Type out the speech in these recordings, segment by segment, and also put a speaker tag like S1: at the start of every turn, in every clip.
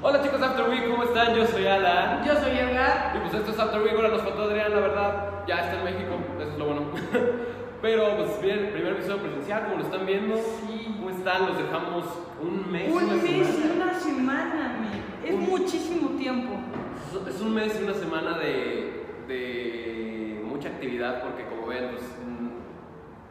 S1: Hola chicos de After Week, ¿cómo están? Yo soy Alan.
S2: Yo soy Edgar.
S1: Y pues esto es After Week, ahora nos faltó Adrián, la verdad. Ya está en México, eso es lo bueno. Pero pues bien, primer episodio presencial, como lo están viendo.
S2: Sí.
S1: ¿Cómo están? Los dejamos un mes. una
S2: Un mes y
S1: semana.
S2: una semana, men. Es
S1: Un-
S2: muchísimo tiempo.
S1: Es- Es un mes y una semana de, de mucha actividad porque como ven, pues, mm,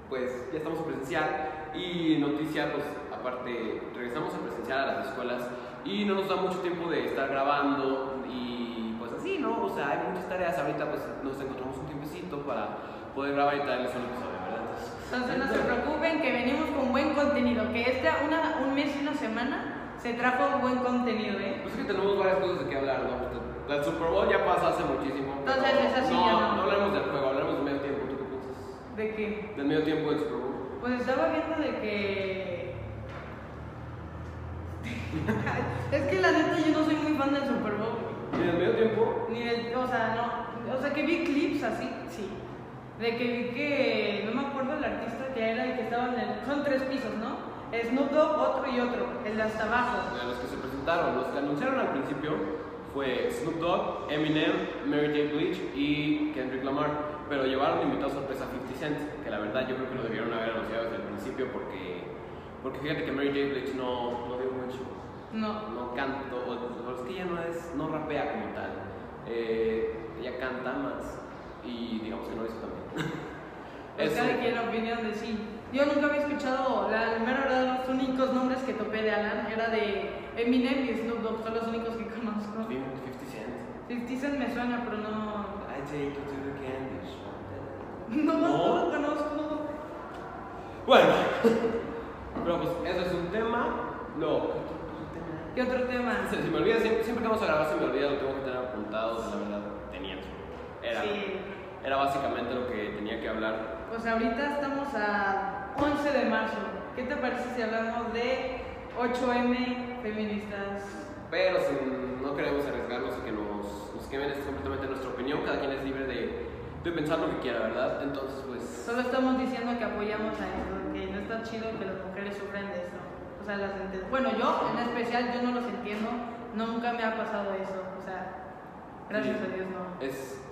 S1: pues, ya estamos en presencial y noticia, pues aparte regresamos a presencial a las escuelas y no nos da mucho tiempo de estar grabando y pues así, ¿no? O sea, hay muchas tareas, ahorita pues nos encontramos un tiempecito para poder grabar y traerles un episodio, ¿verdad? Entonces,
S2: Entonces no se preocupen que venimos con buen contenido. Que esta una, un mes y una semana se trajo buen contenido, ¿eh?
S1: Pues es que tenemos varias cosas de qué hablar, ¿no? Pues, La Super Bowl ya pasó hace muchísimo. pero
S2: Entonces, esa sí
S1: no,
S2: ya
S1: no,
S2: no.
S1: hablamos del juego, hablamos del medio tiempo, ¿tú qué piensas?
S2: De que,
S1: Del medio tiempo del Super Bowl.
S2: pues estaba viendo de que. es que la neta yo no soy muy fan del Super Bowl.
S1: ¿Y del medio tiempo?
S2: Ni del, o sea, no, o sea que vi clips así, sí. De que vi que, no me acuerdo el artista que era el que estaba en el, son tres pisos, ¿no? Snoop Dogg, otro y otro, el de hasta abajo.
S1: A los que se presentaron, los que anunciaron al principio fue Snoop Dogg, Eminem, Mary J. Blige y Kendrick Lamar. Pero llevaron de invitado sorpresa a 50 Cent, que la verdad yo creo que lo debieron haber anunciado desde el principio porque, porque fíjate que Mary J. Blige no, no dio mucho,
S2: No,
S1: no canto, o, o es que ella no, es, no rapea como tal, Eh, ella canta más y digamos que no lo hizo también.
S2: es Pues cada quien la opinión de sí. Yo nunca había escuchado, la, la mera verdad, los únicos nombres que topé de Alan era de Eminem y Snoop Dogg, son los únicos que conozco.
S1: 50 Cent.
S2: 50 Cent me suena, pero no,
S1: I take you to the candy shop.
S2: no,
S1: No.
S2: no lo conozco.
S1: Bueno, pero pues eso es un tema. Luego, ¿qué otro tema?
S2: ¿Qué otro tema?
S1: Se, se me olvida, siempre, siempre que vamos a grabar se me olvida, lo tengo que tener apuntado, la verdad, tenía. Era,
S2: Sí.
S1: era básicamente lo que tenía que hablar.
S2: Pues ahorita estamos a 11 de marzo. ¿Qué te parece si hablamos de 8M feministas?
S1: Pero sin- no queremos arriesgarnos a que nos, nos quemen, es completamente nuestra opinión, cada quien es libre de, de pensar lo que quiera, ¿verdad? Entonces, pues,
S2: Solo estamos diciendo que apoyamos a esto, que no está chido que las mujeres sufran de eso. O sea, las entiendo. Bueno, yo en especial, yo no los entiendo. Nunca me ha pasado eso. O sea, gracias
S1: Sí.
S2: a Dios no.
S1: es,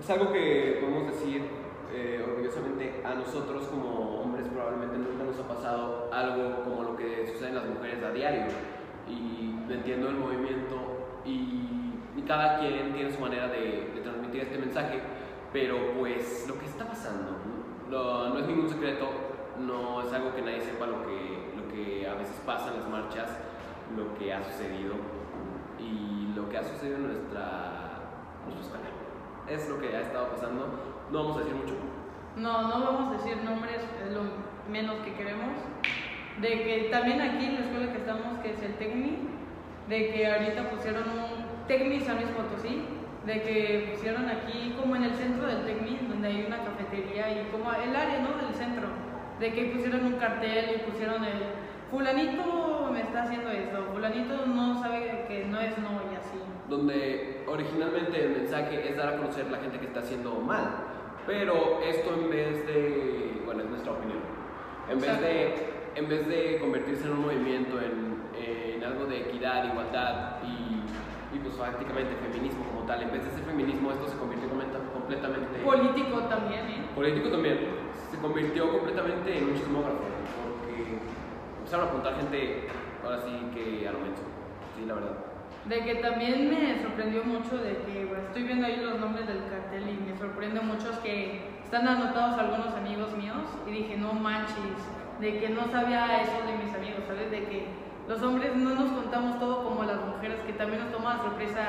S1: es algo que podemos decir eh, orgullosamente a nosotros como hombres probablemente nunca nos ha pasado algo como lo que sucede en las mujeres a diario y entiendo el movimiento y, y cada quien tiene su manera de, de transmitir este mensaje pero pues lo que está pasando ¿no? Lo- no es ningún secreto no es algo que nadie sepa lo que, lo que a veces pasa en las marchas lo que ha sucedido y lo que ha sucedido en nuestra nuestro escenario. es lo que ha estado pasando no vamos a decir mucho
S2: No, no vamos a decir nombres, es lo menos que queremos. De que también aquí en la escuela que estamos, que es el TECNI, de que ahorita pusieron un TECNI San Luis Potosí, de que pusieron aquí como en el centro del TECNI, donde hay una cafetería y como el área, ¿no? Del centro, de que pusieron un cartel y pusieron el fulanito me está haciendo esto, fulanito no sabe que no es no y así.
S1: donde originalmente el mensaje es dar a conocer la gente que está haciendo mal. Pero esto en vez de, bueno, es nuestra opinión, en vez de, en vez de convertirse en un movimiento, en, en algo de equidad, igualdad y, y pues prácticamente feminismo como tal, en vez de ser feminismo esto se convirtió comenta- completamente...
S2: Político también, ¿eh?
S1: político también, se convirtió completamente en un chismógrafo, porque empezaron a apuntar gente, ahora sí que a lo menos, sí, la verdad.
S2: De que también me sorprendió mucho de que bueno, estoy viendo ahí los nombres del cartel y me sorprende muchos que están anotados algunos amigos míos y dije, no manches, de que no sabía eso de mis amigos, ¿sabes? De que los hombres no nos contamos todo como las mujeres, que también nos toma de sorpresa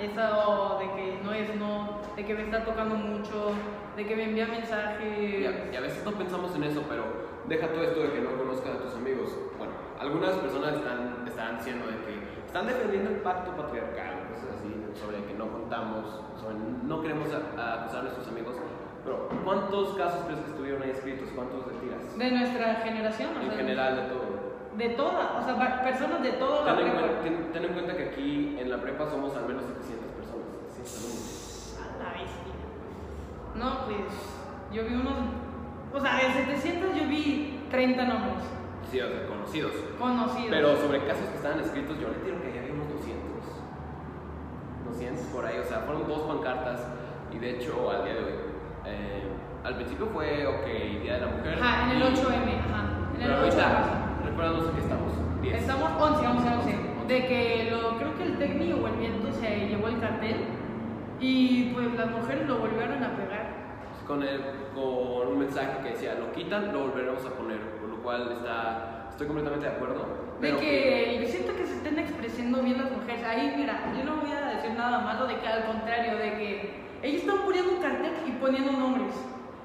S2: eso de que no es no, de que me está tocando mucho, de que me envía mensajes.
S1: Y a, y a veces no pensamos en eso, pero deja todo esto de que no conozcan a tus amigos. Bueno, algunas personas están, están diciendo de que están defendiendo el pacto patriarcal, cosas así, sobre que no contamos, sobre no queremos a- a acusar a nuestros amigos. Pero, ¿cuántos casos crees que estuvieron ahí escritos? ¿Cuántos retiras?
S2: De nuestra generación, o
S1: En
S2: sea,
S1: general, de todo.
S2: de todas, o sea, va- personas de todo la
S1: Ten en,
S2: prepa.
S1: cuenta, ten- ten en cuenta que aquí en la prepa somos al menos 700 personas. 700 alumnos.
S2: A la bestia. No, pues yo vi unos. O sea, de 700 yo vi 30 nombres
S1: Sí, o sea, conocidos.
S2: conocidos.
S1: Pero sobre casos que estaban escritos, yo le digo que ya había unos 200. fueron dos pancartas y de hecho al día de hoy, eh, al principio fue, ok, Día de la Mujer.
S2: Ajá, en el
S1: y-
S2: 8M, ajá. En el
S1: Pero
S2: 8 de marzo.
S1: ahorita, recuérdanos en qué estamos. 10.
S2: Estamos 11, 11, 11. De que lo, creo que el Tecni o el viento se llevó el cartel y pues las mujeres lo volvieron a pegar.
S1: Con, el, con un mensaje que decía, lo quitan, lo volveremos a poner, por lo cual está, estoy completamente de acuerdo.
S2: De
S1: pero
S2: que yo siento que se estén expresando bien las mujeres. Ahí, mira, yo no voy a decir nada malo, de que al contrario, de que ellas están poniendo un cartel y poniendo nombres.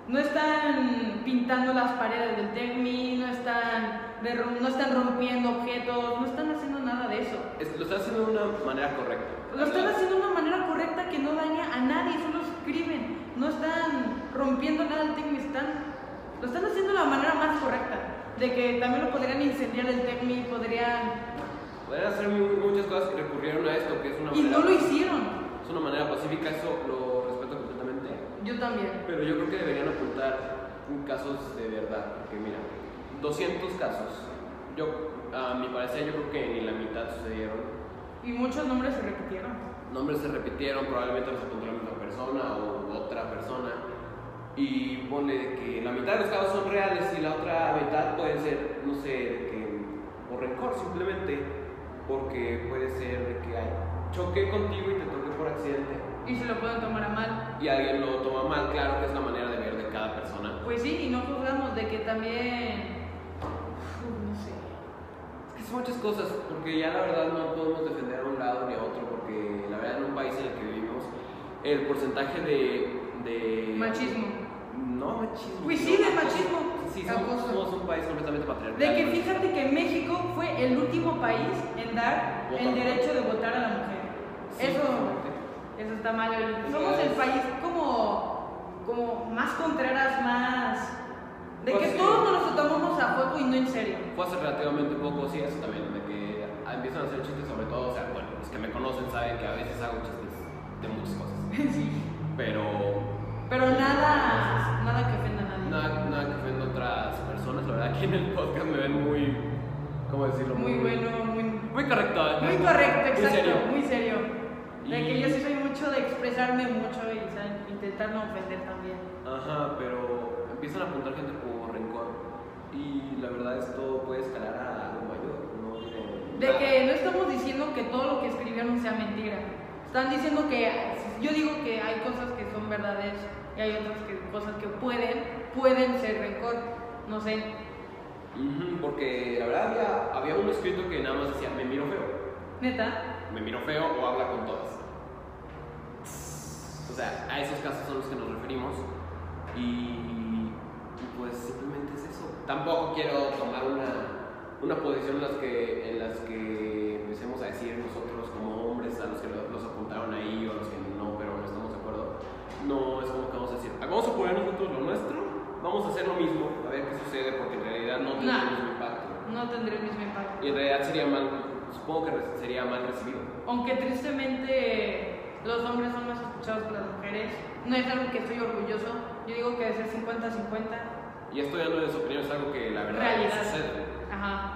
S2: No están pintando las paredes del Tecni, no están, derru- no están rompiendo objetos, no están haciendo nada de eso.
S1: es- lo está haciendo de una manera correcta.
S2: Lo están haciendo de una manera correcta que no daña a nadie, solo escriben, no están rompiendo nada al Tecmi, están, lo están haciendo de la manera más correcta, de que también lo podrían incendiar el Tecmi, podrían...
S1: Podrían hacer mu- muchas cosas que recurrieron a esto, que es una
S2: Y
S1: manera,
S2: no lo hicieron,
S1: es una manera pacífica, eso lo respeto completamente.
S2: yo también.
S1: Pero yo creo que deberían ocultar casos de verdad, porque mira, 200 casos. Yo, a mi parecer, yo creo que ni la mitad sucedieron.
S2: Y muchos nombres se repitieron.
S1: nombres se repitieron, probablemente los encontró la misma persona o otra persona. Y pone que la mitad de los casos son reales y la otra mitad puede ser, no sé, de que, o rencor simplemente, porque puede ser de que ay, choqué contigo y te toqué por accidente.
S2: Y se lo pueden tomar a mal.
S1: Y alguien lo toma mal, claro que es la manera de ver de cada persona.
S2: Pues sí, y no juzgamos de que también... Uf, no sé.
S1: Es que son muchas cosas, porque ya la verdad no podemos defender a un lado ni a otro, porque la verdad en un país en el que vivimos, el porcentaje de... de
S2: Machismo.
S1: No, machismo.
S2: Pues
S1: no,
S2: sí, de
S1: acoso.
S2: machismo.
S1: Sí, somos,
S2: Acoso.
S1: somos un país completamente patriarcal.
S2: De que fíjate que México fue el último país en dar el
S1: Votar.
S2: derecho de votar a la mujer.
S1: Sí,
S2: eso,
S1: exactamente.
S2: eso está mal. El- Somos el país como, como más contreras, más... De
S1: Pues
S2: que
S1: sí.
S2: todos nos lo tomamos a juego y no en serio.
S1: Fue hace relativamente poco, sí, eso también, de que empiezan a hacer chistes sobre todo, o sea, bueno, los que me conocen saben que a veces hago chistes de muchas cosas. Pero
S2: Pero nada, nada que ofenda a nadie.
S1: nada, nada que ofenda a otras personas, la verdad que en el podcast me ven muy, ¿cómo decirlo?
S2: Muy bueno, muy...
S1: Muy correcto.
S2: Muy correcto,
S1: Muy
S2: exacto,
S1: serio.
S2: muy serio. De que
S1: Y-
S2: yo sí soy mucho de expresarme mucho y ¿saben? intentar no ofender también.
S1: Ajá, pero empiezan a apuntar gente como rencor. Y la verdad esto puede escalar a algo mayor, no tiene
S2: De
S1: nada.
S2: que no estamos diciendo que todo lo que escribieron sea mentira. Están diciendo que yo digo que hay cosas que son verdades y hay otras que, cosas que pueden, pueden ser rencor. No sé.
S1: Ujú, Porque la verdad había, había un escrito que nada más decía, me miro feo,
S2: Neta,
S1: me miro feo o habla con todas. O sea, a esos casos son los que nos referimos y, y pues simplemente es eso. Tampoco quiero tomar una, una posición en las, que, en las que empecemos a decir nosotros como hombres a los que lo- los apuntaron ahí o a los que no, pero no estamos de acuerdo. No es como que vamos a decir, "Ah, vamos a poner nosotros lo nuestro, vamos a hacer lo mismo, a ver qué sucede porque en realidad no tiene
S2: Nah.
S1: el mismo impacto.
S2: no tendré el mismo impacto.
S1: Y en realidad sería mal, supongo que re- sería mal recibido.
S2: Aunque tristemente los hombres son más escuchados que las mujeres, no es algo que estoy orgulloso. Yo digo que debe ser 50-50.
S1: Y esto ya no es opinión, es algo que la verdad
S2: Realidad.
S1: sucede.
S2: Ajá.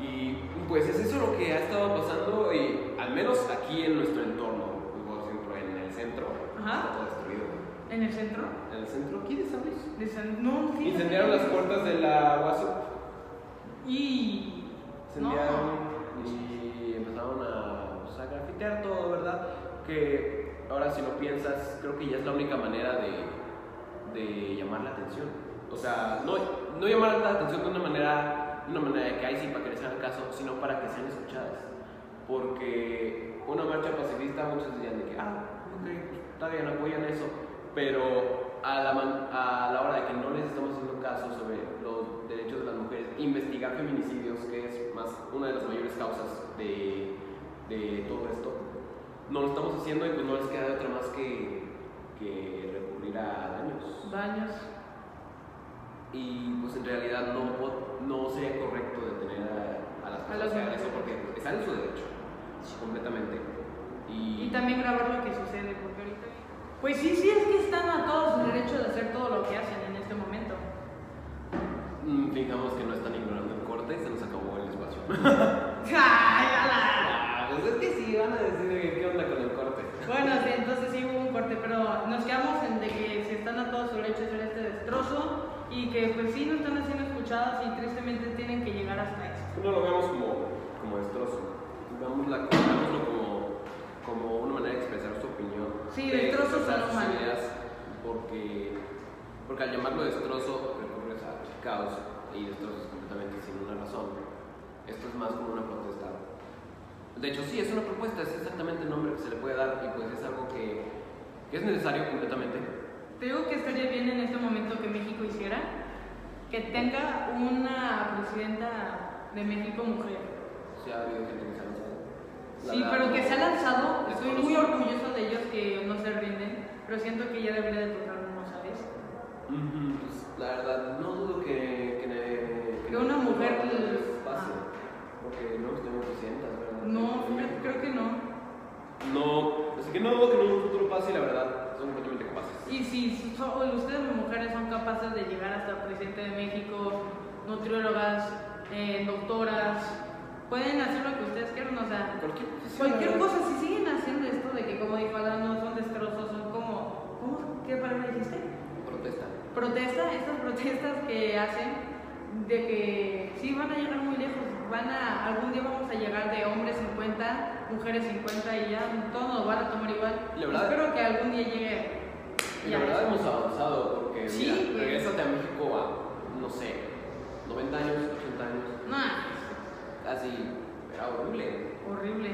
S1: Y pues es eso lo que ha estado pasando, y al menos aquí en nuestro entorno, por ejemplo, en el centro,
S2: Ajá.
S1: está todo destruido.
S2: ¿En el centro?
S1: En el centro, aquí de San Luis.
S2: De San... No, sí,
S1: Incendiaron
S2: no.
S1: las puertas de la UASO,
S2: Y... No.
S1: incendiaron y empezaron a, pues, a grafitear todo, ¿verdad? Que ahora si lo piensas, creo que ya es la única manera de, de llamar la atención. O sea, no, no llamar la atención de una manera, de una manera de que hay sí para que les hagan caso, sino para que sean escuchadas. Porque una marcha pacifista muchos dirían de que, ah, ok, pues, está bien, apoyan eso, pero a la, man- a la hora de que no les estamos haciendo caso sobre los derechos de las mujeres, investigar feminicidios, que es más una de las mayores causas de, de todo esto, no lo estamos haciendo y pues no les queda de otra más que, que recurrir a daños.
S2: Baños.
S1: Y pues en realidad no, po- no sería correcto detener a, a las
S2: A las
S1: personas que hagan eso
S2: mujeres.
S1: porque pues, están en su derecho, completamente. Y,
S2: Y también grabar lo que sucede, porque ahorita... Pues sí, sí, es que están a todos su derecho de hacer todo lo que hacen en este momento.
S1: mm, digamos que no están ignorando el corte, se nos acabó el espacio.
S2: ¡Ay, ala!
S1: Ah, pues es que sí van a decir de qué onda con el corte.
S2: Bueno, sí, entonces sí hubo un corte, pero nos quedamos en de que se están a todo su derecho hacer este destrozo y que pues sí no están haciendo escuchadas y tristemente tienen que llegar hasta eso.
S1: No lo veamos como, como destrozo, veámosla- veámoslo como, como una manera de expresar su opinión.
S2: Sí,
S1: de
S2: destrozos
S1: expresar
S2: son
S1: sus
S2: humanos.
S1: ideas, porque, porque al llamarlo destrozo recurres a caos y destrozos completamente sin una razón. Esto es más como una protesta. De hecho, sí, es una propuesta, es exactamente el nombre que se le puede dar y pues es algo que, que es necesario completamente.
S2: Te digo que estaría bien en este momento que México hiciera que tenga una presidenta de México mujer.
S1: Sí, ha habido gente que se ha lanzado. La
S2: Sí,
S1: verdad,
S2: pero que
S1: no-
S2: se ha lanzado, estoy muy
S1: desconozco.
S2: orgulloso de ellos que no se rinden, pero siento que ya debería de tocar uno, ¿sabes?
S1: Ujú, pues, la verdad, no dudo que, que, ne-
S2: Que una mujer
S1: no les
S2: les-
S1: pase.
S2: ah.
S1: Porque no tenemos presidentas, ¿verdad?
S2: No, fíjate, creo que no.
S1: No, así que no dudo que en un futuro pase y la verdad, son completamente capaces.
S2: Y si so- ustedes las mujeres son capaces de llegar hasta presidente de México, nutriólogas, eh, doctoras, pueden hacer lo que ustedes quieran, o sea,
S1: Cualquier, profesión,
S2: cualquier
S1: ¿verdad?
S2: cosa, si siguen haciendo esto de que como dijo Alan, no son destrozos, son como, ¿cómo? ¿Qué palabra dijiste?
S1: Protesta.
S2: protesta, estas protestas que hacen de que sí van a llegar muy lejos, van a, algún día vamos a llegar de hombres 50, mujeres 50 y ya todos nos van a tomar igual.
S1: La verdad-
S2: Espero que algún día llegue.
S1: Y la
S2: Ya.
S1: verdad hemos avanzado porque,
S2: Sí,
S1: mira,
S2: güey.
S1: regrésate a México a, no sé, 90 años, 80 años,
S2: No,
S1: así, era horrible.
S2: horrible.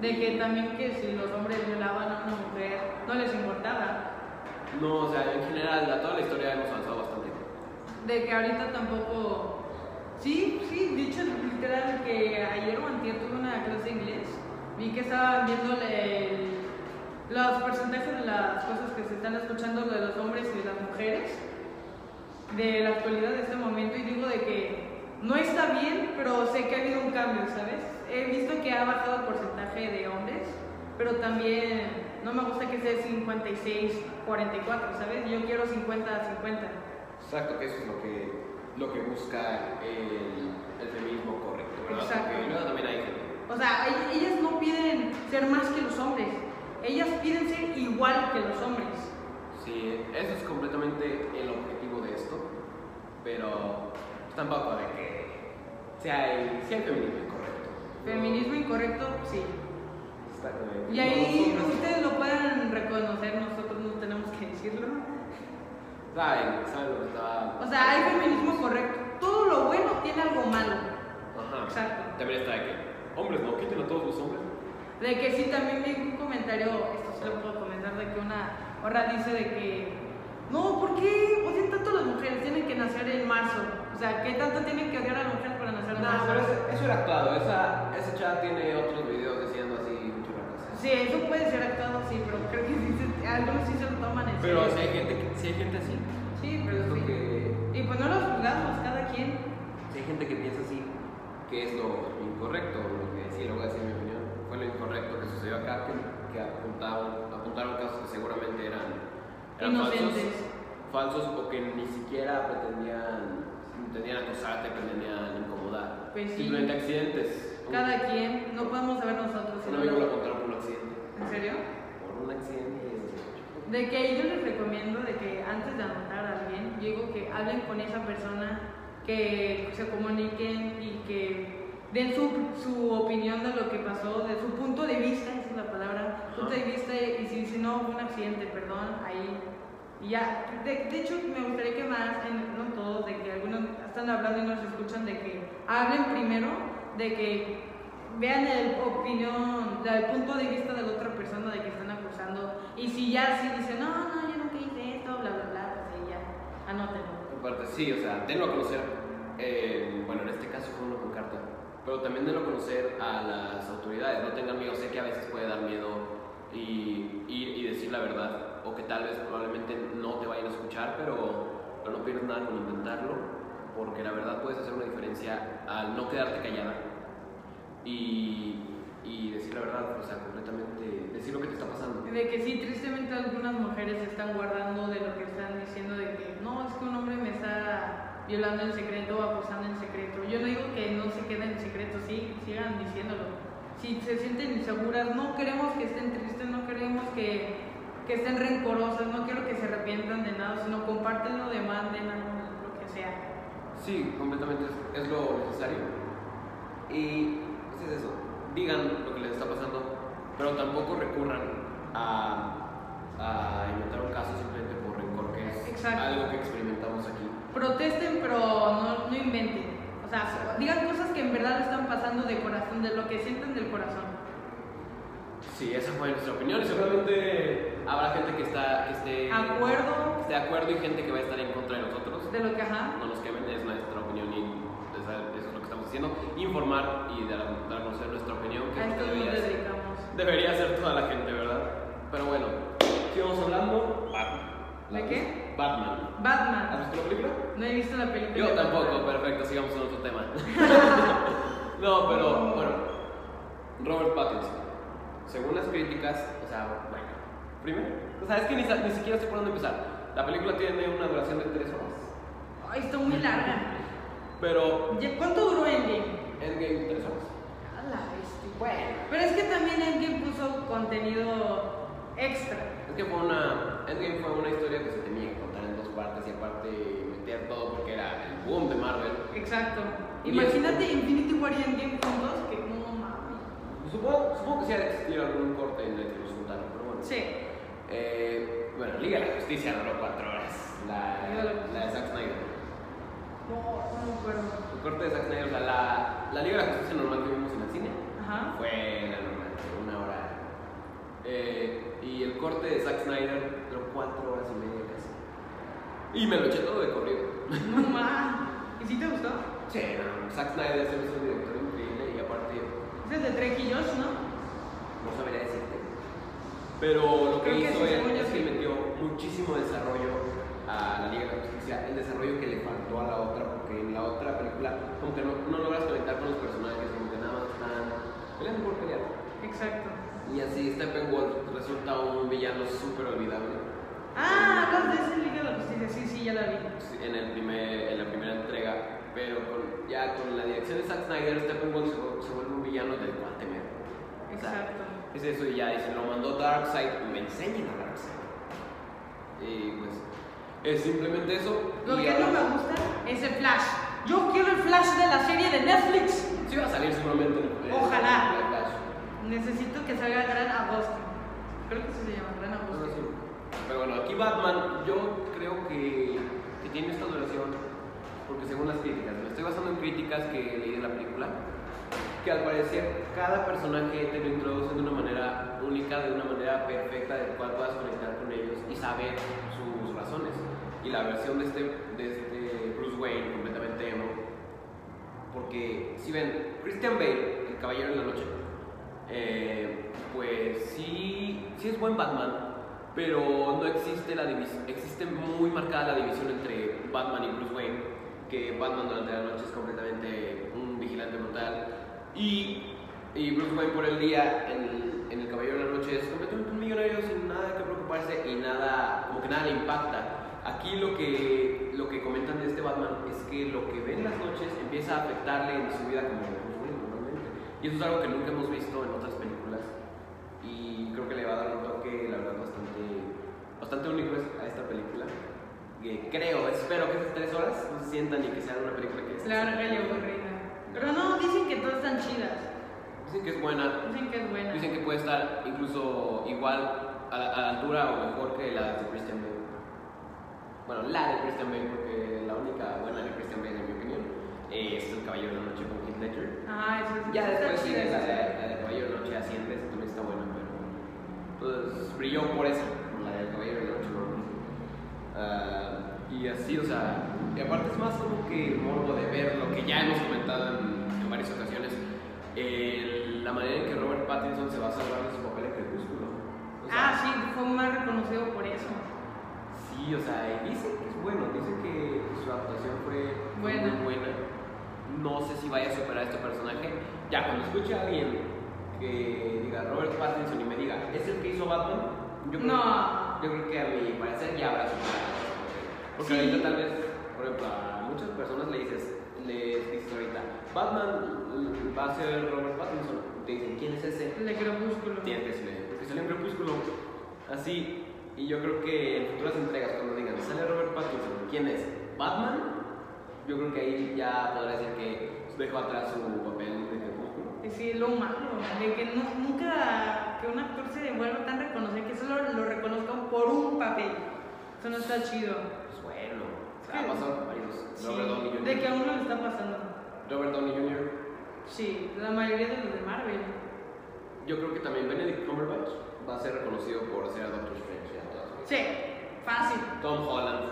S2: De que también que si los hombres violaban a una mujer, no les importaba.
S1: No, o sea, en general, a toda la historia hemos avanzado bastante.
S2: De que ahorita tampoco... Sí, sí, dicho literal que ayer o antier tuve una clase de inglés, vi que estaban viendo el- los porcentajes de las cosas que se están escuchando de los hombres y de las mujeres de la actualidad de este momento y digo de que no está bien, pero sé que ha habido un cambio, ¿sabes? He visto que ha bajado el porcentaje de hombres, pero también no me gusta que sea 56, 44, ¿sabes? Yo quiero 50, 50.
S1: Exacto, que eso es lo que, lo que busca el, el feminismo correcto, ¿verdad?
S2: Exacto.
S1: Porque luego también hay gente.
S2: O sea, ell- ellas no piden ser más que los hombres, ellas piden ser igual que los hombres.
S1: Sí, eso es completamente el objetivo de esto, pero pues, tampoco de que sea el, sea el feminismo incorrecto.
S2: Feminismo incorrecto, sí.
S1: Exactamente.
S2: Y ahí
S1: Nosotros
S2: ustedes lo pueden reconocer, nosotros no tenemos que decirlo.
S1: Saben, saben lo que está.
S2: O sea, hay feminismo correcto. Todo lo bueno tiene algo malo.
S1: Ajá.
S2: Exacto.
S1: También está de que, hombres, no, quiten a todos los hombres.
S2: De que sí, también vi un comentario, esto se lo puedo comentar, de que una horra dice de que, no, ¿por qué odian tanto a las mujeres? Tienen que nacer en marzo. O sea, ¿qué tanto tienen que odiar a la mujer para nacer en marzo?
S1: No, pero eso, eso era actuado, esa, esa chava tiene otros videos diciendo así churracas.
S2: Sí, eso puede ser actuado, sí, pero creo que sí se, algunos sí se lo toman en
S1: Pero si
S2: serio.
S1: hay gente, que- si hay gente así,
S2: Sí,
S1: pero es
S2: pero
S1: lo
S2: sí.
S1: que.
S2: Y pues no los juzgamos, cada quien.
S1: Si hay gente que piensa así, que es lo incorrecto, lo que sí, lo voy a decir mi opinión, fue lo incorrecto que sucedió acá, que, que apuntaron, apuntaron casos que seguramente eran, eran
S2: Inocentes.
S1: falsos, falsos o que ni siquiera pretendían, pretendían acosarte, pretendían incomodar.
S2: Pues sí.
S1: Simplemente accidentes. Un-
S2: Cada quien, no podemos saber nosotros.
S1: Un
S2: ¿no?
S1: amigo lo apuntaron por un accidente.
S2: ¿En serio?
S1: Por un accidente.
S2: De que ahí yo les recomiendo de que antes de anotar a alguien, yo digo que hablen con esa persona, que se comuniquen y que den su, su opinión de lo que pasó, de su punto de vista, esa es la palabra,
S1: Ajá.
S2: punto de vista y si, si no hubo un accidente, perdón, ahí. Y ya, de, de hecho me gustaría que más, en- no todos, de que algunos están hablando y nos escuchan, de que hablen primero, de que vean el opinión, la- el punto de vista de la otra persona de que están acusando. Y si ya sí dicen, no, no, yo nunca hice esto, bla, bla, bla, pues ahí ya, anótenlo.
S1: Aparte, sí, o sea, denlo a conocer. eh, bueno, en este caso fue uno con carta. Pero también denlo a conocer a las autoridades. No tengan miedo. Sé que a veces puede dar miedo y, y- y decir la verdad. O que tal vez probablemente no te vayan a escuchar, pero, pero no pierdas nada con intentarlo. Porque la verdad puedes hacer una diferencia al no quedarte callada. Y, y decir la verdad, o sea, completamente. Decir lo que te está pasando.
S2: De que sí, tristemente algunas mujeres están guardando de lo que están diciendo de que no, es que un hombre me está violando en secreto o acusando en secreto. Yo no digo que no se quede en secreto, sí, sigan diciéndolo. si se sienten inseguras, no queremos que estén tristes, no queremos que, que estén rencorosas, no quiero que se arrepientan de nada, sino compártenlo, demanden algo, lo que sea.
S1: Sí, completamente es, es lo necesario. Y pues es eso, digan lo que les está pasando, pero tampoco recurran a, a inventar un caso simplemente por rencor, que es
S2: Exacto.
S1: algo que experimentamos aquí.
S2: Protesten, pero no, no inventen. O sea, digan cosas que en verdad están pasando de corazón, de lo que sienten del corazón.
S1: Sí, esa fue nuestra opinión y seguramente habrá gente que, está, que esté, que
S2: Acuerdo
S1: esté de acuerdo y gente que va a estar en contra de nosotros.
S2: de lo que ajá.
S1: No nos quemen, es nuestra opinión y esa- eso es lo que estamos haciendo. Informar y dar, dar a conocer nuestra opinión, que
S2: A
S1: es lo
S2: esto
S1: que
S2: nos
S1: debería ser.
S2: dedicamos.
S1: Debería hacer toda la gente, ¿verdad? Pero bueno, sigamos hablando. Batman.
S2: ¿De
S1: La-
S2: qué?
S1: Batman. ¿Has
S2: Batman.
S1: visto la película?
S2: No he visto la película.
S1: Yo
S2: de
S1: tampoco,
S2: Batman.
S1: perfecto, sigamos con otro tema. no, pero bueno, Robert Pattinson, según las críticas, o sea, bueno, primero, o sea, es que ni, sa- ni siquiera sé por dónde empezar. La película tiene una duración de tres horas,
S2: Ay, está muy larga.
S1: pero
S2: Ya- ¿Cuánto duró Endgame?
S1: Endgame tres horas.
S2: A la bestia. Bueno, pero es que también Endgame puso contenido extra.
S1: Es que fue una, Endgame fue una historia que se tenía que contar en dos partes y aparte meter todo porque era el boom de Marvel.
S2: Exacto.
S1: Y
S2: Imagínate Infinity War y Endgame juntos, que no mames.
S1: Pues Supongo, supongo que sí ha de existir algún corte en el que los juntaron, pero bueno.
S2: Sí,
S1: Eh, bueno, Liga de la Justicia duró cuatro horas. La,
S2: Liga de la Justicia.
S1: la de Zack Snyder.
S2: no, no me acuerdo.
S1: El corte de Zack Snyder, o sea, la, la Liga de la Justicia normal que vimos en el cine
S2: Ajá.
S1: fue la normal, de una hora. Eh, y el corte de Zack Snyder duró cuatro horas y media casi. Y me lo eché todo de corrido.
S2: No mames. ¿Y si te gustó?
S1: Sí, no, Zack Snyder se me hizo un director increíble y aparte
S2: Ese es de Trek y Josh, ¿no?
S1: no sabría decirte. Pero lo que
S2: Creo que
S1: hizo
S2: sí,
S1: él
S2: según yo
S1: es que
S2: sí.
S1: metió muchísimo desarrollo a la Liga de la Justicia, el desarrollo que le faltó a la otra, porque en la otra película como que no, no logras conectar con los personajes, como que nada más están peleando por pelear.
S2: Exacto.
S1: Y así Steppenwolf resulta un villano súper olvidable.
S2: Ah, hablas de ese Liga de la Justicia. Sí, sí, ya la vi.
S1: en, el primer, en la primera entrega, pero con- ya con la dirección de Zack Snyder, Steppenwolf se, vu- se vuelve un villano del cual temer. O sea,
S2: Exacto.
S1: Es eso, y ya dice, lo mandó Darkseid, me enseñen a Darkseid. Y pues, es simplemente eso.
S2: Lo
S1: y
S2: que
S1: ahora-
S2: no me gusta es el Flash. Yo quiero el Flash de la serie de Netflix.
S1: Sí va a salir seguramente. en- en-
S2: Ojalá.
S1: en Flash.
S2: Necesito que salga Gran Agosto. Creo que eso se llama Gran Agosto.
S1: Pero bueno, aquí Batman, yo creo que, que tiene esta duración, porque según las críticas, me estoy basando en críticas que leí de la película, que al parecer cada personaje te lo introduce de una manera única, de una manera perfecta, del cual puedas conectar con ellos y saber sus razones. Y la versión de este, de este Bruce Wayne, completamente emo, porque si ven, Christian Bale, el Caballero de la Noche, eh, pues sí, sí es buen Batman, pero no existe la división, existe muy marcada la división entre Batman y Bruce Wayne, que Batman durante la noche es completamente un vigilante brutal y, y Bruce Wayne por el día en, en el Caballero de la Noche es completamente un millonario sin nada que preocuparse y nada, como que nada le impacta. Aquí lo que, lo que comentan de este Batman es que lo que ve en las noches empieza a afectarle en su vida como Bruce Wayne normalmente. Y eso es algo que nunca hemos visto en otras películas y creo que le va a dar un toque, la verdad, bastante, bastante único es- a esta película. Que creo, espero que esas tres horas no se sientan y que sea una película que...
S2: Larga y aburrida. Pero no, dicen que todas están chidas.
S1: Dicen que es buena,
S2: Dicen que es buena.
S1: Dicen que puede estar incluso igual a la, a la altura o mejor que la de Christian Bale. Bueno, la de Christian Bale, porque la única buena de Christian Bale, en mi opinión, es El Caballero de la Noche con Heath Ledger.
S2: Ah, eso es.
S1: Ya
S2: está
S1: después
S2: chida,
S1: sigue la
S2: está
S1: de,
S2: chida.
S1: la de Caballero de la Noche Hacienda, esa también está buena, pero. Entonces brilló por esa, por la del Caballero de la Noche, ¿no? Ah, y así, o sea, y aparte es más como que el morbo de ver lo que ya hemos comentado en, en varias ocasiones, el- la manera en que Robert Pattinson se va a salvar de su papel en Crepúsculo. O sea,
S2: Ah, sí, fue más reconocido por eso.
S1: Sí, o sea, y dicen que es bueno, dicen que su actuación fue
S2: Buena.
S1: muy buena. No sé si vaya a superar a este personaje. Ya, cuando escuche a alguien que diga Robert Pattinson y me diga, ¿es el que hizo Batman? Yo creo,
S2: No.
S1: yo creo que a mi parecer ya habrá superado. este Porque
S2: Sí.
S1: ahorita tal vez, por ejemplo, a muchas personas le dices, les dices ahorita, Batman mm, va a ser Robert Pattinson. te dicen, ¿quién es ese?
S2: El de crepúsculo.
S1: Tienes que leer, porque sale un crepúsculo. Así, y yo creo que en futuras entregas, cuando digan, sale Robert Pattinson, ¿quién es? ¿Batman? Yo creo que ahí ya podrá decir que dejó atrás su papel de crepúsculo.
S2: Y Sí, lo malo, de que nu- nunca que un actor se devuelva tan reconocido que solo lo reconozcan por un papel. Eso no está chido.
S1: Pues bueno, o
S2: Sí.
S1: sea, ha pasado con varios.
S2: Sí,
S1: Robert Downey Jr.
S2: de que a uno le está pasando.
S1: Robert Downey Jr.
S2: Sí, la mayoría de los de Marvel.
S1: Yo creo que también Benedict Cumberbatch va a ser reconocido por ser a Doctor Strange. ya todas las
S2: Sí, fácil.
S1: veces. Tom Holland.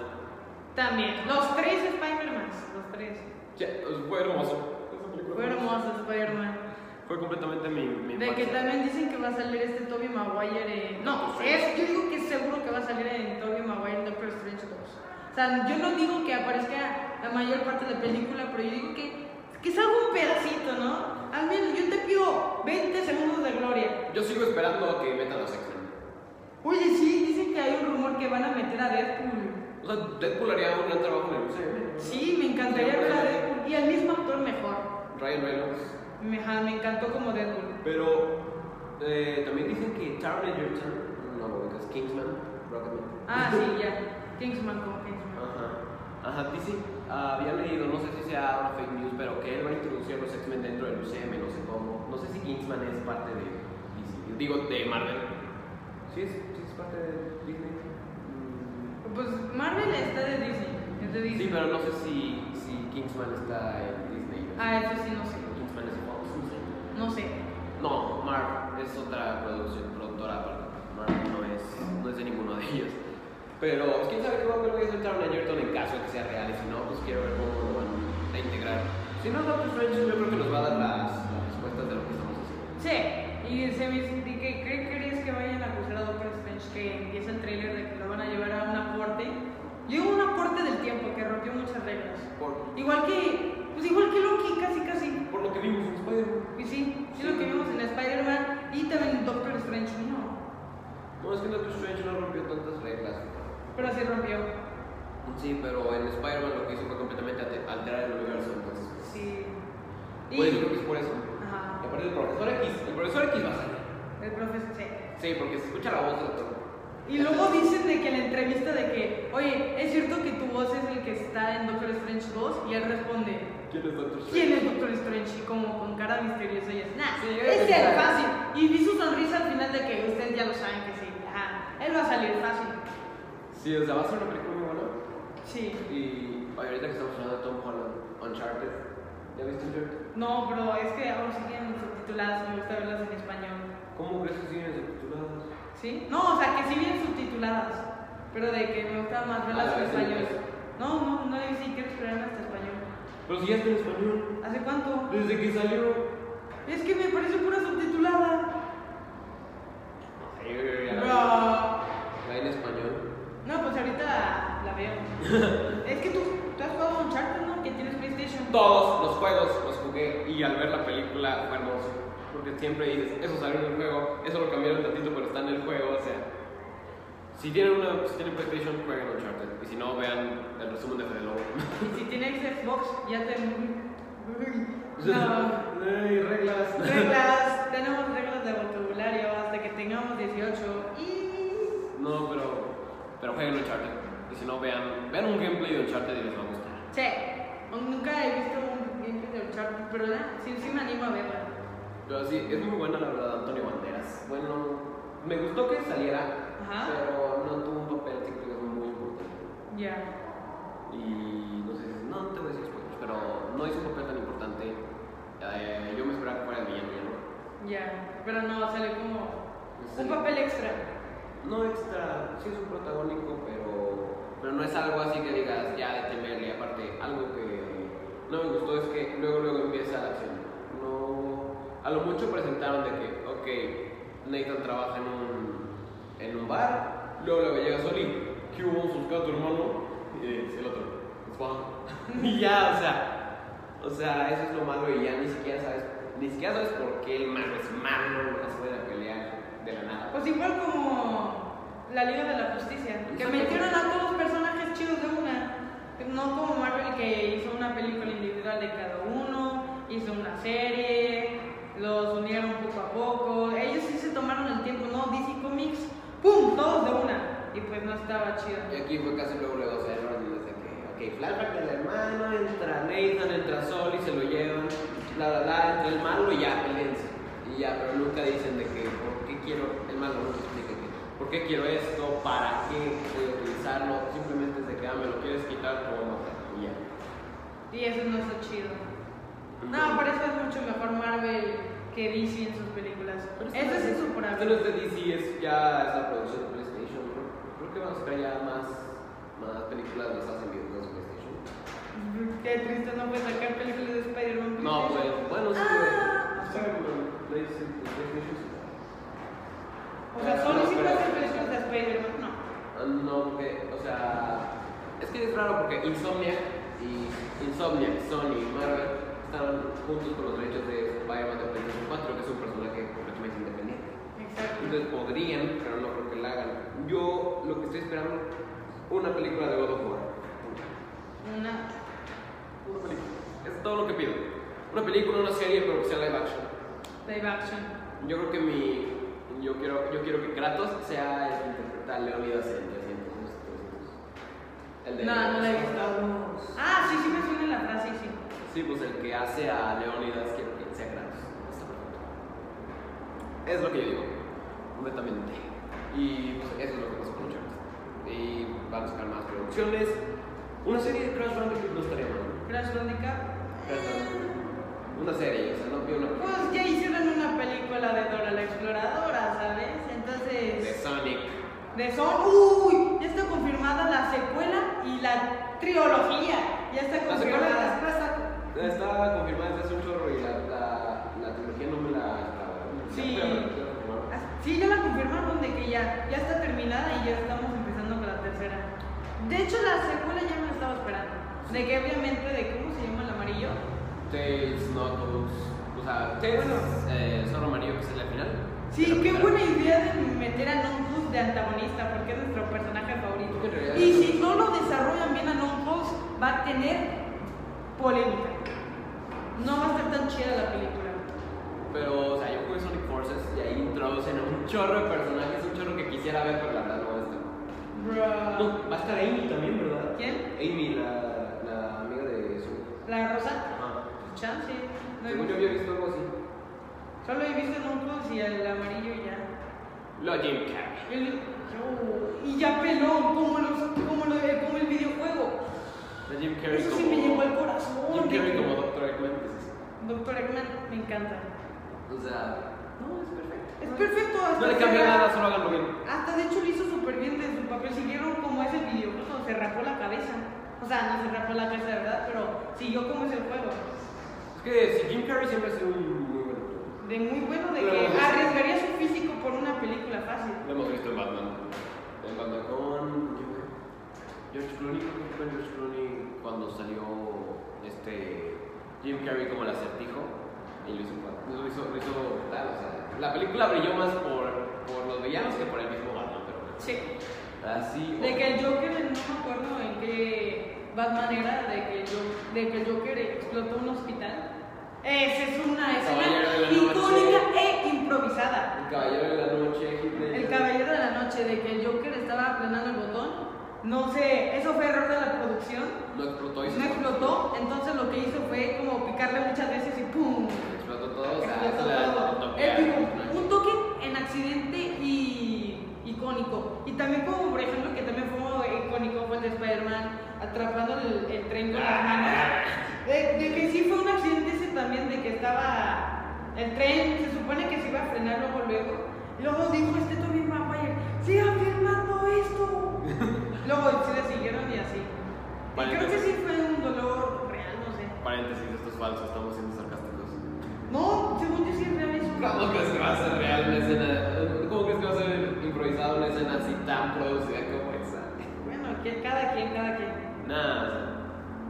S2: También. Los tres Spider-Man. Los tres.
S1: Sí, pues, fue hermoso. Esa película
S2: Fue hermoso Spider-Man.
S1: Fue completamente mi. mi
S2: De que
S1: infancia.
S2: también dicen que va a salir este Tobey Maguire en... No, es, yo digo que seguro que va a salir en Tobey Maguire en Doctor Strange 2. O sea, yo no digo que aparezca la mayor parte de la película, pero yo digo que, que salga un pedacito, ¿no? Al menos yo te pido 20 segundos de gloria.
S1: Yo sigo esperando a que metan a X-Men.
S2: Oye, sí, dicen que hay un rumor que van a meter a Deadpool.
S1: O sea, Deadpool haría un gran trabajo en el museo.
S2: Sí, me encantaría ver a Deadpool. Y al mismo actor mejor.
S1: Ryan Reynolds.
S2: Me, ajá, me encantó como Deadpool.
S1: Pero eh, también dicen que Taron Egerton, no lo ubicas, Kingsman, Rocketman.
S2: Ah, sí, ya. Kingsman como Kingsman.
S1: Ajá. Ajá, dice, había leído, no sé si sea una fake news, pero que él va a introducir a los X-Men dentro del UCM, no sé cómo. No sé si Kingsman es parte de DC, digo, de Marvel. Sí, es, sí es parte de Disney. Mm,
S2: Pues Marvel está de Disney. Es de Disney.
S1: Sí, pero no sé si, si Kingsman está en Disney.
S2: Ah, eso sí, no sé.
S1: Kingsman es Fox, no sé.
S2: No sé.
S1: No, Marv es otra producción, productora aparte. Marv no es, no es de ninguno de ellos. Pero pues, quién sabe qué va a hacer es Taron Egerton en caso de que sea real. Y si no, pues quiero ver cómo lo van a integrar. Si no, Doctor Strange yo creo que nos va a dar las, las respuestas de lo que estamos haciendo.
S2: Sí. Y se me dice que ¿qué crees que vayan a acusar a Doctor Strange que empieza el trailer de que lo van a llevar a un aporte. Yo un aporte del tiempo que rompió muchas reglas.
S1: Por,
S2: Igual que. Pues igual que Loki, casi casi.
S1: por lo que vimos en Spider-Man.
S2: Y sí, sí lo que vimos en Spider-Man y también en Doctor Strange 1.
S1: No, es que Doctor Strange no rompió tantas reglas.
S2: Pero sí rompió.
S1: Sí, pero en Spider-Man lo que hizo fue completamente ate- alterar el universo. Entonces,
S2: Sí. Y.
S1: pues, yo creo que es por eso. Y
S2: Ajá.
S1: aparte, el profesor X, el profesor X va a salir.
S2: El profesor. Sí.
S1: Sí, porque se escucha la voz del doctor.
S2: Y luego dicen de que en la entrevista de que, oye, es cierto que tu voz es el que está en Doctor Strange 2 y él responde,
S1: ¿Quién es Doctor Strange?
S2: ¿quién es Doctor Strange? Y como con cara misteriosa y es, nah,
S1: Sí,
S2: es
S1: yo
S2: el
S1: creo que
S2: fácil. Y vi su sonrisa al final de que ustedes ya lo saben que sí, ajá, él va a salir fácil.
S1: Sí, o sea, va a ser una película muy buena.
S2: Sí.
S1: Y oye, ahorita que estamos hablando de Tom Holland, Uncharted. ¿Ya viste Uncharted?
S2: No, pero es que aún siguen subtituladas, me gusta verlas en español.
S1: ¿Cómo crees que siguen subtituladas?
S2: ¿Sí? No, o sea, que sí vienen subtituladas, pero de que me gusta más
S1: Ah,
S2: verlas en
S1: sí,
S2: español.
S1: pues.
S2: No, no, no, yo sí quiero esperar hasta español.
S1: Pero si ya está en español.
S2: ¿Hace cuánto?
S1: Desde que salió.
S2: Es que me parece pura subtitulada.
S1: Ay, yo creo que ya la vi.
S2: Bro.
S1: Está en español.
S2: No, pues ahorita la veo. es que tú, tú has jugado Uncharted, ¿no? Que tienes PlayStation.
S1: Todos los juegos los jugué y al ver la película fue hermoso. Porque siempre dices, eso salió en el juego, eso lo cambiaron tantito, pero está en el juego, o sea. Si tienen una, si tienen PlayStation, jueguen Uncharted. Y si no, vean el resumen de Fede Lobo.
S2: Y si tienes Xbox, ya te... No.
S1: Ay, reglas.
S2: Reglas. Tenemos reglas de vocabulario hasta que tengamos 18. Y...
S1: No, pero. Pero jueguen Uncharted. Y si no, vean, vean un gameplay de Uncharted y les va a gustar.
S2: Sí. Nunca he visto un gameplay de Uncharted, pero la- sí, sí me animo a verla.
S1: Pero sí, es muy buena la verdad, Antonio Banderas. Bueno, me gustó que saliera,
S2: Ajá.
S1: pero no tuvo un papel así que creo que es muy importante.
S2: Ya.
S1: Y no sé, no te voy a decir spoilers, pero no hizo un papel tan importante. Eh, yo me esperaba que fuera el villano, ya no.
S2: Ya. Pero no, sale como...
S1: Pues Sí.
S2: Un papel extra.
S1: No extra, sí es un protagónico, pero, pero no es algo así que digas ya de temerle. Aparte, algo que no me gustó es que luego, luego empieza la acción. No, a lo mucho presentaron de que, ok, Nathan trabaja en un, en un bar, luego, luego llega Soli, ¿qué hubo buscado a tu hermano? Y es el otro, es bajo. y ya, o sea, o sea, eso es lo malo y ya ni siquiera sabes, ni siquiera sabes por qué el malo es malo, después de la pelea de la nada.
S2: Pues igual como la Liga de la Justicia, que
S1: Exacto.
S2: metieron a todos los personajes chidos de una. No como Marvel que hizo una película individual de cada uno, hizo una serie, los unieron poco a poco. Ellos sí se tomaron el tiempo, ¿no? DC Comics, ¡pum! Todos de una. Y pues no estaba chido.
S1: Y aquí fue casi luego luego, o sea, el orden desde que, ok, flashback del hermano, entra Nathan, entra Sol y se lo llevan, la, la, la, entra el malo y ya, peleense. Y ya, pero nunca dicen de que, ¿por qué quiero el malo? No se explica que, ¿por qué quiero esto? ¿Para qué voy a utilizarlo? Simplemente es de que, ah, me lo quieres quitar, o matar. Y ya.
S2: Y eso no está chido. No, por eso es mucho mejor Marvel que DC en sus películas. Eso sí es
S1: Este no
S2: insuperable.
S1: es de DC, es ya es la producción de PlayStation, ¿no? Creo que van a sacar ya más, más películas basadas en videojuegos de PlayStation.
S2: Qué triste, no puede sacar películas de Spider-Man.
S1: No,
S2: pues.
S1: pues, bueno, sí,
S2: Ah.
S1: güey. Saben, güey, PlayStation, PlayStation, sí.
S2: O sea, solo si puede hacer películas de Spider-Man, no.
S1: Ah, No, porque, o sea, es que es raro porque Insomniac y Insomniac, Sony y Marvel están juntos con los derechos de Spider-Man de PlayStation 4, que es un personaje completamente independiente.
S2: Exacto.
S1: Entonces podrían, pero no creo que la hagan. Yo lo que estoy esperando una película de God of War.
S2: Una.
S1: Una película. Es todo lo que pido. Una película, una serie, pero que sea live action.
S2: Live action.
S1: Yo creo que mi. Yo quiero, yo quiero que Kratos sea el que interpreta a Leonidas en 300. El de
S2: No, no la he visto. Ah, sí, sí me suena la frase, sí.
S1: Sí, pues el que hace a Leonidas quiero que sea Kratos. Está perfecto. Es lo que yo digo, completamente. Y pues eso es lo que pasó con Uncharted. Y van a sacar más producciones. Una serie de Crash Bandicoot no estaría mal.
S2: Crash Bandicoot.
S1: Crash Bandicoot. Una serie, o sea, no pido una película.
S2: Pues ya hicieron una película de Dora la Exploradora, ¿sabes?
S1: De
S2: Entonces.
S1: Sonic.
S2: De Son. ¡Uy! Ya está confirmada la secuela y la trilogía. Ya está
S1: La secuela de
S2: confirmada.
S1: está, está confirmada desde hace un chorro y la, la, la trilogía no me la acaba.
S2: Sí.
S1: Ya, pero- pero-
S2: Ah, Sí, ya la confirmaron de que ya, ya está terminada y ya estamos empezando con la tercera. De hecho, la secuela ya me la estaba esperando. De que obviamente, de cómo se llama el amarillo.
S1: Tails, Knuckles, o sea, Tails, eh, Zorro Amarillo que es la final.
S2: Sí,
S1: Pero
S2: qué
S1: claro.
S2: buena idea de meter a Nonpus de antagonista, porque es nuestro personaje favorito.
S1: En realidad
S2: Y
S1: es-
S2: si no lo desarrollan bien a Nonpus, va a tener polémica. No va a estar tan chida la película.
S1: Pero, o sea, yo jugué Sonic Forces y ahí introducen a un chorro de personajes, un chorro que quisiera ver, pero la verdad no va a estar.
S2: Bro.
S1: No, va a estar Amy también, ¿verdad?
S2: ¿Quién?
S1: Amy, la, la amiga de Sonic.
S2: La rosa, pues,
S1: Ajá.
S2: chance. No he
S1: Según yo
S2: visto.
S1: había visto algo así.
S2: Solo he visto Nonpus y el amarillo y ya.
S1: Lo Jim Carrey.
S2: El- yo- y ya peló, como, los- como, lo, como el videojuego.
S1: Lo Jim Carrey
S2: Eso sí
S1: como...
S2: me llegó al corazón.
S1: Jim
S2: de
S1: Carrey
S2: que-
S1: como Dr. Eggman. pues,
S2: Doctor Eggman me encanta.
S1: O sea, no, es perfecto.
S2: Es perfecto.
S1: No
S2: hasta
S1: le
S2: se
S1: cambia
S2: ra-
S1: nada, solo háganlo bien.
S2: Hasta de hecho lo hizo súper bien de su papel. Siguieron como es el videojuego, se rapó la cabeza. O sea, no se rapó la cabeza de verdad, pero siguió como es el juego.
S1: Es que si Jim Carrey siempre ha sido un muy buen actor.
S2: De muy bueno, de que
S1: Pero-
S2: arriesgaría su físico por una película fácil.
S1: Lo hemos visto en Batman. En Batman con. ¿quién fue? George Clooney, creo que fue George Clooney cuando salió este Jim Carrey como el acertijo y lo hizo, lo hizo, lo hizo brutal, o sea, la película brilló más por, por los villanos que por el mismo Batman, pero
S2: Sí.
S1: así
S2: De que el Joker, no me acuerdo en qué Batman era, de que el, Jo- de que el Joker explotó un hospital. Esa es una
S1: Caballero de la
S2: escena
S1: Noche.
S2: icónica e improvisada.
S1: el caballero de la noche, Hitler.
S2: El Caballero de la Noche, de que el Joker estaba aplanando el botón. No sé, eso fue error de la producción.
S1: no explotó y se
S2: No explotó, entonces lo que hizo fue como picarle muchas veces y ¡pum!
S1: explotó todo, o sea,
S2: Explotó
S1: es la- el
S2: todo.
S1: toque
S2: Él dijo,
S1: al-
S2: un toque en accidente y icónico. Y también como por ejemplo que también fue icónico fue el de Spider-Man atrapando el, el tren con las manos. De, de que sí fue un accidente ese también de que estaba el tren, se supone que se iba a frenar luego luego. Y luego dijo este Tobey Maguire, sigan firmando esto. luego se le siguieron y así. Y creo que
S1: Paréntesis.
S2: sí fue un dolor real, no sé.
S1: Paréntesis, esto es falso, estamos siendo sarcásticos.
S2: No, según yo sí es real eso.
S1: ¿Cómo crees que va a ser real una escena? ¿Cómo crees que va a ser improvisada una escena así tan producida como esa?
S2: Bueno, que- cada quien, cada quien.
S1: Nada,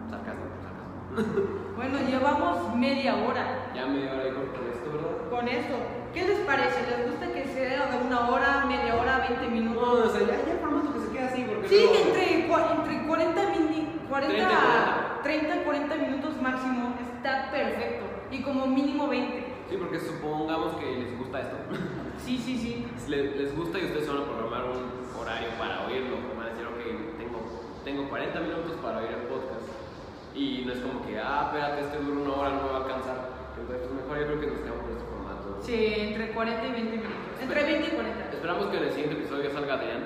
S1: sarcasmo, sarcasmo.
S2: Bueno, llevamos media hora
S1: Ya media hora de corto de esto, ¿verdad?
S2: con esto. ¿Qué les parece? ¿Les gusta que sea de una hora, media hora, 20
S1: No, o
S2: minutos?
S1: sea, ya, ya formato que se queda así porque
S2: Sí,
S1: luego-
S2: entre, cua- entre 40, mini, 40,
S1: 30,
S2: 30, 40 minutos máximo está perfecto. Y como mínimo 20.
S1: Sí, porque supongamos que les gusta esto.
S2: Sí, sí, sí.
S1: Le- les gusta y ustedes van a programar un horario para oírlo. Van a decir, ok, tengo, tengo 40 minutos para oír el podcast. Y no es como que, ah, espérate, este dura una hora, no me va a alcanzar. Entonces, pues, mejor yo creo que nos quedamos con este formato.
S2: Sí, entre 40 y 20 minutos. Entre 20 y 40.
S1: Esperamos que en el siguiente episodio salga Adrián.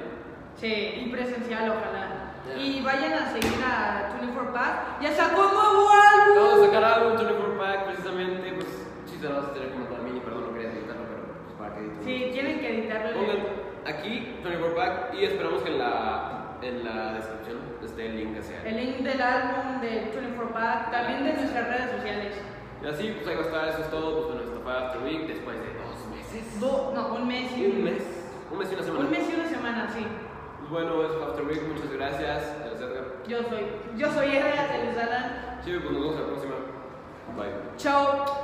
S2: Sí, y presencial, ojalá.
S1: Ya.
S2: Y vayan a seguir a 24 Pack. Ya sacó un nuevo álbum.
S1: Vamos a sacar algo, un 24 pack, precisamente. Pues, sí, te lo vas a tener como para mí. Perdón, no quería editarlo, pero pues, para que edites.
S2: Sí, tienen que editarlo.
S1: Pongan aquí 24 pack y esperamos que en la, en la descripción esté el link hacia
S2: El link del álbum de 24 Pack, también de nuestras redes sociales.
S1: Y así, pues ahí va a estar, eso es todo. Pues bueno, esto fue After Week después de dos meses.
S2: Do- no, un mes. y-
S1: Un mes. Un mes y una semana.
S2: Un mes y una semana, sí.
S1: Pues bueno, eso fue After Week, muchas gracias. Gracias, Edgar.
S2: Yo soy, yo soy Edgar de Luzalán.
S1: Sí, pues nos vemos la próxima. Bye.
S2: Chao.